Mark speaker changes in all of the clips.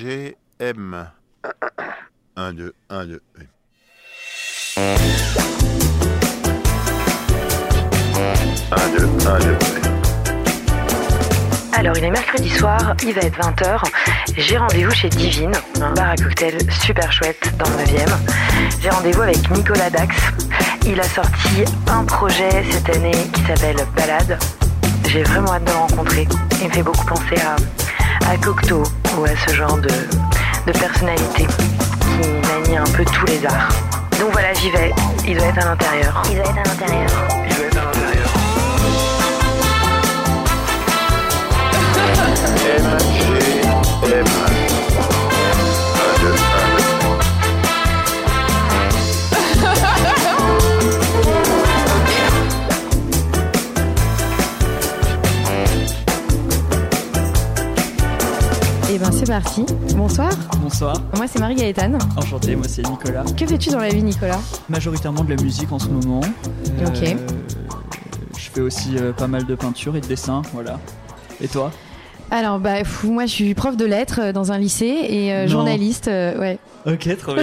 Speaker 1: MGM. 1, 2, 1, 2. Un, deux, un, deux.
Speaker 2: Alors il est mercredi soir, il va être 20h. J'ai rendez-vous chez Divine, un bar à cocktail super chouette dans le 9e. J'ai rendez-vous avec Nicolas Dax. Il a sorti un projet cette année qui s'appelle Balade. J'ai vraiment hâte de le rencontrer. Il me fait beaucoup penser à, à Cocteau ou à ce genre de, de personnalité qui manie un peu tous les arts. Donc voilà, j'y vais. Il doit être à l'intérieur. Il doit être à l'intérieur.
Speaker 1: MGM. 1, 2, 1, 2.
Speaker 3: Et ben c'est parti. Bonsoir.
Speaker 4: Bonsoir,
Speaker 3: Moi c'est Marie Gaëtane.
Speaker 4: enchanté, moi c'est Nicolas.
Speaker 3: Que fais-tu dans la vie Nicolas
Speaker 4: Majoritairement de la musique en ce moment. Euh,
Speaker 3: Ok.
Speaker 4: Je fais aussi euh, pas mal de peinture et de dessin, voilà. Et toi
Speaker 3: Alors bah pff, moi je suis prof de lettres euh, dans un lycée et euh,
Speaker 4: Non.
Speaker 3: journaliste. euh, ouais.
Speaker 4: Ok, trop bien.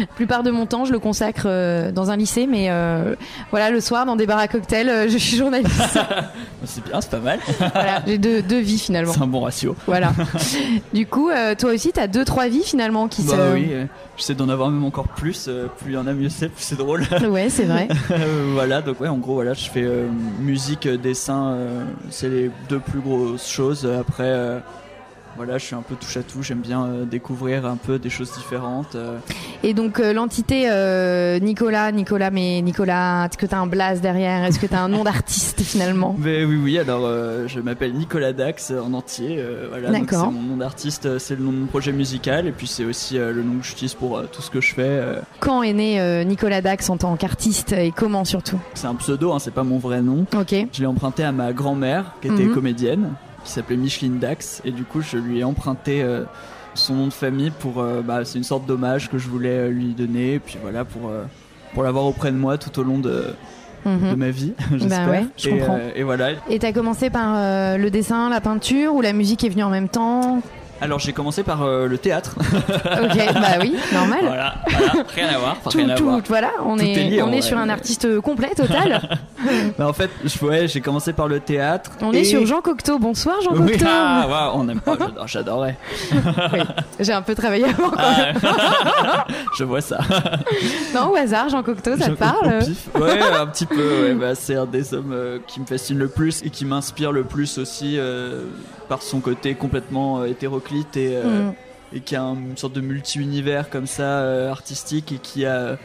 Speaker 3: La plupart de mon temps je le consacre euh, dans un lycée, mais euh, voilà le soir dans des bars à cocktails euh, je suis journaliste.
Speaker 4: Ah, c'est bien, c'est pas mal.
Speaker 3: voilà, j'ai deux, deux vies finalement.
Speaker 4: C'est un bon ratio.
Speaker 3: Voilà. Du coup euh, toi aussi t'as deux trois vies finalement qui
Speaker 4: Bah
Speaker 3: se.
Speaker 4: oui, euh, j'essaie d'en avoir même encore plus. euh, plus il y en a, mieux c'est, plus c'est drôle.
Speaker 3: Ouais c'est vrai.
Speaker 4: Euh, voilà, donc ouais, en gros, voilà, je fais euh, musique, euh, dessin, euh, c'est les deux plus grosses choses. Après, euh, voilà, je suis un peu touche à tout, j'aime bien euh, découvrir un peu des choses différentes. euh,
Speaker 3: Et donc euh, l'entité euh, Nicolas Nicolas mais Nicolas est-ce que t'as un blaze derrière Est-ce que t'as un nom d'artiste finalement
Speaker 4: Mais oui, oui, alors euh, je m'appelle Nicolas Dax euh, en entier. euh, voilà, donc c'est
Speaker 3: D'accord.
Speaker 4: mon nom d'artiste, euh, c'est le nom de mon projet musical, et puis c'est aussi euh, le nom que j'utilise pour euh, tout ce que je fais. euh.
Speaker 3: Quand est né euh, Nicolas Dax en tant qu'artiste et comment surtout
Speaker 4: C'est un pseudo, hein, c'est pas mon vrai nom.
Speaker 3: Ok.
Speaker 4: Je l'ai emprunté à ma grand-mère, qui était
Speaker 3: Mhm.
Speaker 4: comédienne, qui s'appelait Micheline Dax, et du coup je lui ai emprunté euh, son nom de famille pour. euh, bah, c'est une sorte d'hommage que je voulais euh, lui donner, et puis voilà, pour, euh, pour l'avoir auprès de moi tout au long de, de
Speaker 3: Mhm.
Speaker 4: ma vie, j'espère.
Speaker 3: ouais, je
Speaker 4: et,
Speaker 3: comprends.
Speaker 4: euh, et voilà,
Speaker 3: Et t'as commencé par euh, le dessin, la peinture ou la musique est venue en même temps
Speaker 4: alors j'ai commencé par euh, le théâtre.
Speaker 3: Ok, bah oui, normal.
Speaker 4: Voilà, voilà, rien à voir. enfin,
Speaker 3: Tout,
Speaker 4: rien à
Speaker 3: tout-
Speaker 4: voir.
Speaker 3: voilà, on
Speaker 4: Tout
Speaker 3: est,
Speaker 4: est lié,
Speaker 3: on
Speaker 4: en
Speaker 3: est
Speaker 4: vrai.
Speaker 3: sur un artiste euh, complet, total.
Speaker 4: Bah, en fait, je, ouais, j'ai commencé par le théâtre.
Speaker 3: On
Speaker 4: et-
Speaker 3: est sur Jean Cocteau. Bonsoir Jean
Speaker 4: Oui,
Speaker 3: Cocteau.
Speaker 4: ah, waouh, on aime pas, j'adore- j'adorais.
Speaker 3: J'ai un peu travaillé avant.
Speaker 4: Ah, ouais. je vois ça.
Speaker 3: Non, au hasard, Jean Cocteau, ça
Speaker 4: Je-
Speaker 3: te parle euh
Speaker 4: au pif. Ouais, un petit peu. ouais, bah, c'est un des hommes euh, qui me fascine le plus et qui m'inspire le plus aussi euh, par son côté complètement euh, hétéroclite et, euh,
Speaker 3: Mm.
Speaker 4: et qui a un- une sorte de multi-univers comme ça euh, artistique et qui a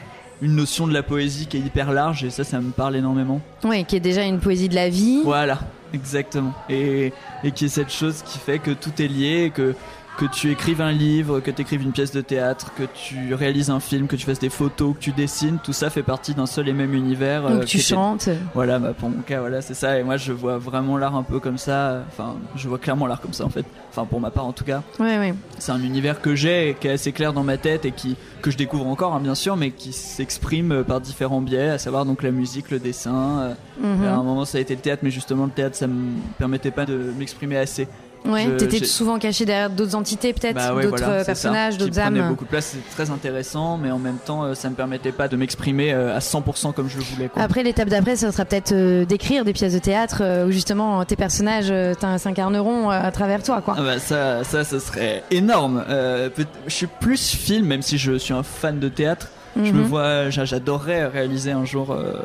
Speaker 4: une notion de la poésie qui est hyper large et ça, ça me parle énormément.
Speaker 3: Ouais, qui est déjà une poésie de la vie.
Speaker 4: Voilà, exactement. Et, et qui est cette chose qui fait que tout est lié, et que, que tu écrives un livre, que tu écrives une pièce de théâtre, que tu réalises un film, que tu fasses des photos, que tu dessines, tout ça fait partie d'un seul et même univers. euh,
Speaker 3: Donc tu
Speaker 4: qui était-
Speaker 3: chantes.
Speaker 4: Voilà, bah, pour mon cas, voilà, c'est ça. Et moi, je vois vraiment l'art un peu comme ça. euh, Enfin, je vois clairement l'art comme ça, en fait. Enfin, pour ma part, en tout cas.
Speaker 3: Ouais, ouais.
Speaker 4: C'est un univers que j'ai, et qui est assez clair dans ma tête et qui, que je découvre encore, hein, bien sûr, mais qui s'exprime euh, par différents biais, à savoir donc la musique, le dessin, euh,
Speaker 3: Mhm.
Speaker 4: à un moment, ça a été le théâtre, mais justement, le théâtre, ça me permettait pas de m'exprimer assez.
Speaker 3: Ouais,
Speaker 4: je-
Speaker 3: t'étais
Speaker 4: j'ai-
Speaker 3: souvent caché derrière d'autres entités peut-être,
Speaker 4: Bah ouais,
Speaker 3: d'autres
Speaker 4: voilà,
Speaker 3: euh,
Speaker 4: c'est ça,
Speaker 3: personnages,
Speaker 4: qui
Speaker 3: d'autres
Speaker 4: prenait
Speaker 3: âmes.
Speaker 4: beaucoup de place, c'est très intéressant, mais en même temps, euh, ça me permettait pas de m'exprimer euh, à 100% comme je le voulais. Quoi.
Speaker 3: Après, l'étape d'après, ce sera peut-être euh, d'écrire des pièces de théâtre euh, où justement euh, tes personnages euh, t'in- s'incarneront euh, à travers toi, quoi.
Speaker 4: Ah bah ça, ça, ça serait énorme. Euh, peut- je suis plus film, même si je suis un fan de théâtre. Je me
Speaker 3: Mhm.
Speaker 4: vois, j'a- j'adorerais réaliser un jour euh,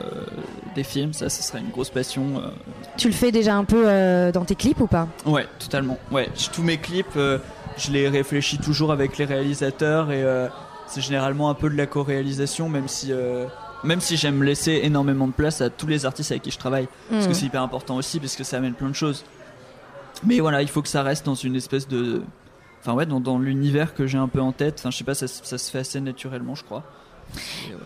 Speaker 4: des films. Ça, ce serait une grosse passion. euh,
Speaker 3: Tu le fais déjà un peu euh, dans tes clips ou pas
Speaker 4: Ouais, totalement. Ouais, je- tous mes clips, euh, je les réfléchis toujours avec les réalisateurs et euh, c'est généralement un peu de la co-réalisation, même si, euh, même si j'aime laisser énormément de place à tous les artistes avec qui je travaille, parce que
Speaker 3: Hmm.
Speaker 4: c'est hyper important aussi, parce que ça amène plein de choses. Mais voilà, il faut que ça reste dans une espèce de, enfin ouais, dans, dans l'univers que j'ai un peu en tête. Enfin, je sais pas, ça, se- ça se fait assez naturellement, je crois.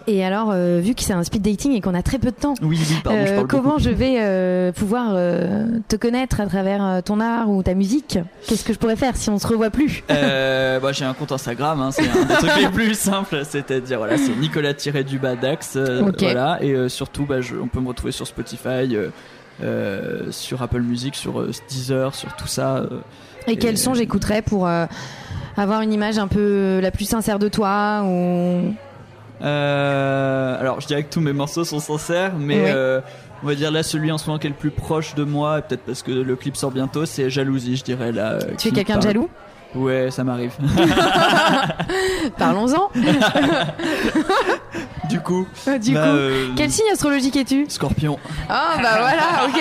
Speaker 3: Et alors, euh, vu que c'est un speed dating et qu'on a très peu de temps,
Speaker 4: Oui, oui, pardon, je
Speaker 3: euh,
Speaker 4: parle
Speaker 3: comment
Speaker 4: beaucoup.
Speaker 3: je vais euh, pouvoir euh, te connaître à travers euh, ton art ou ta musique Qu'est-ce que je pourrais faire si on se revoit plus
Speaker 4: Euh, bah, j'ai un compte Instagram, hein, c'est un des trucs les plus simples, c'est-à-dire voilà, c'est Nicolas tiré du bas Dax, euh,
Speaker 3: Ok.
Speaker 4: voilà, et euh, surtout bah, je- on peut me retrouver sur Spotify, euh, euh, sur Apple Music, sur euh, Deezer, sur tout ça. euh,
Speaker 3: Et quel son j'écouterais pour euh, avoir une image un peu euh, la plus sincère de toi ou...
Speaker 4: Euh, alors, je dirais que tous mes morceaux sont sincères, mais
Speaker 3: Oui.
Speaker 4: euh, on va dire là, celui en ce moment qui est le plus proche de moi, et peut-être parce que le clip sort bientôt, c'est Jalousie, je dirais là. euh,
Speaker 3: Tu es
Speaker 4: qui
Speaker 3: quelqu'un de
Speaker 4: parle-
Speaker 3: jaloux
Speaker 4: Ouais, ça m'arrive. Bah,
Speaker 3: Parlons-en.
Speaker 4: du coup,
Speaker 3: du
Speaker 4: bah,
Speaker 3: coup,
Speaker 4: euh,
Speaker 3: quel signe astrologique es-tu
Speaker 4: Scorpion.
Speaker 3: Ah bah voilà, ok,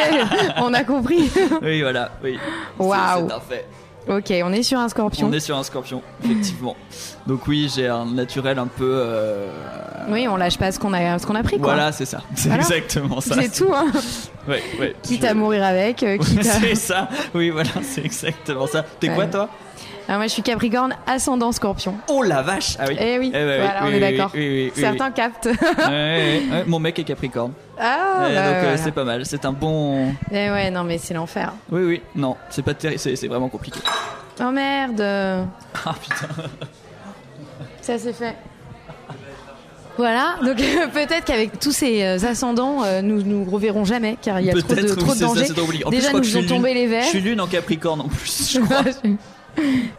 Speaker 3: on a compris.
Speaker 4: Oui, voilà, oui. C'est-
Speaker 3: Waouh.
Speaker 4: C'est un fait.
Speaker 3: ok, on est sur un scorpion.
Speaker 4: On est sur un scorpion, effectivement. Donc, oui, j'ai un naturel un peu. euh,
Speaker 3: Oui, on lâche pas ce qu'on a, ce qu'on a pris quoi.
Speaker 4: Voilà, c'est ça. C'est
Speaker 3: Voilà.
Speaker 4: exactement ça.
Speaker 3: C'est tout, hein.
Speaker 4: Ouais, ouais.
Speaker 3: quitte
Speaker 4: Je-
Speaker 3: à mourir avec, euh, quitte à...
Speaker 4: c'est ça. Oui, voilà, c'est exactement ça. T'es quoi,
Speaker 3: Ouais.
Speaker 4: toi
Speaker 3: Ah, moi je suis Capricorne, ascendant scorpion.
Speaker 4: Oh la vache Ah oui.
Speaker 3: Eh oui,
Speaker 4: Eh ouais,
Speaker 3: voilà,
Speaker 4: oui,
Speaker 3: on est
Speaker 4: oui,
Speaker 3: d'accord.
Speaker 4: oui, oui, oui,
Speaker 3: Certains captent.
Speaker 4: oui. Ouais, ouais, ouais. Mon mec est Capricorne.
Speaker 3: ah,
Speaker 4: Ouais,
Speaker 3: bah,
Speaker 4: donc euh,
Speaker 3: voilà.
Speaker 4: c'est pas mal. C'est un bon.
Speaker 3: Eh ouais, non mais c'est l'enfer.
Speaker 4: Oui, oui. Non, c'est pas terrible. C'est c'est vraiment compliqué.
Speaker 3: Oh merde,
Speaker 4: Ah putain.
Speaker 3: ça c'est fait. Voilà, donc peut-être qu'avec tous ces euh, ascendants, euh, nous nous reverrons jamais, car il y a trop de,
Speaker 4: Peut-être, oui,
Speaker 3: trop de
Speaker 4: c'est ça,
Speaker 3: dangers.
Speaker 4: c'est trop obligé. En plus, je
Speaker 3: Déjà
Speaker 4: crois que
Speaker 3: nous
Speaker 4: je
Speaker 3: ont
Speaker 4: suis
Speaker 3: tombé
Speaker 4: lune-
Speaker 3: les Bah, verres.
Speaker 4: Je suis lune en Capricorne en plus, je crois. Bon,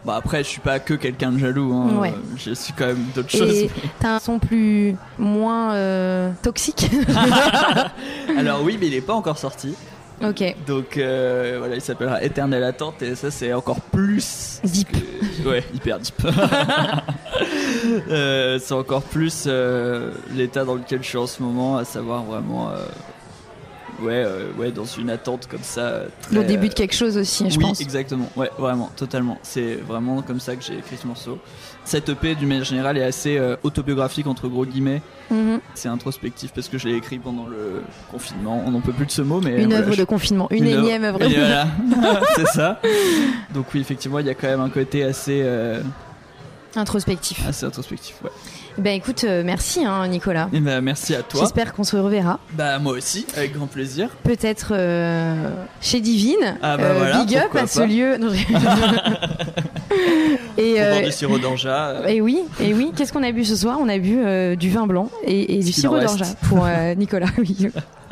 Speaker 4: Bah, après, je suis pas que quelqu'un de jaloux. hein.
Speaker 3: Ouais.
Speaker 4: Je suis quand même d'autres choses.
Speaker 3: Et t'as un son plus moins euh, toxique.
Speaker 4: Alors, oui, mais il est pas encore sorti.
Speaker 3: ok.
Speaker 4: Donc euh, voilà, il s'appellera Éternelle Attente et ça c'est encore plus
Speaker 3: Deep.
Speaker 4: que- Ouais, hyper deep. Euh, c'est encore plus euh, l'état dans lequel je suis en ce moment, à savoir vraiment euh, ouais euh, ouais dans une attente comme ça. euh, très-
Speaker 3: Le début de quelque chose aussi, je
Speaker 4: oui,
Speaker 3: pense.
Speaker 4: exactement. Ouais, vraiment, totalement. C'est vraiment comme ça que j'ai écrit ce morceau. Cette EP, d'une manière générale, est assez euh, autobiographique entre gros guillemets.
Speaker 3: Mhm.
Speaker 4: C'est introspectif parce que je l'ai écrit pendant le confinement. On n'en peut plus de ce mot, mais
Speaker 3: Une
Speaker 4: voilà,
Speaker 3: œuvre
Speaker 4: je-
Speaker 3: de confinement, une,
Speaker 4: œuvre-
Speaker 3: énième œuvre.
Speaker 4: Et
Speaker 3: de confinement.
Speaker 4: voilà, c'est ça. Donc oui, effectivement, il y a quand même un côté assez, euh,
Speaker 3: Introspectif.
Speaker 4: assez introspectif. ouais.
Speaker 3: Ben écoute, euh, merci hein, Nicolas.
Speaker 4: Et bah, merci à toi.
Speaker 3: J'espère qu'on se reverra.
Speaker 4: Bah moi aussi, avec grand plaisir.
Speaker 3: Peut-être euh, chez Divine.
Speaker 4: Ah bah
Speaker 3: Euh,
Speaker 4: voilà,
Speaker 3: big up
Speaker 4: pourquoi
Speaker 3: à ce
Speaker 4: pas.
Speaker 3: lieu. Non, j'ai- et,
Speaker 4: Pour
Speaker 3: euh,
Speaker 4: boire du sirop d'Anja. euh,
Speaker 3: et oui, et oui. Qu'est-ce qu'on a bu ce soir On a bu euh, du vin blanc et, et du
Speaker 4: qu'il
Speaker 3: sirop
Speaker 4: en reste.
Speaker 3: d'orgeat pour euh, Nicolas. Oui.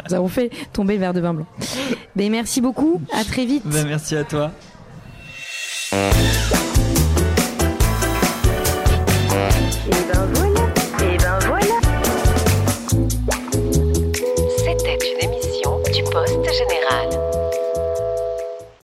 Speaker 3: Nous avons fait tomber le verre
Speaker 4: Ben,
Speaker 3: de vin blanc. Ben merci beaucoup. À très vite.
Speaker 4: bah, merci à toi.
Speaker 2: ben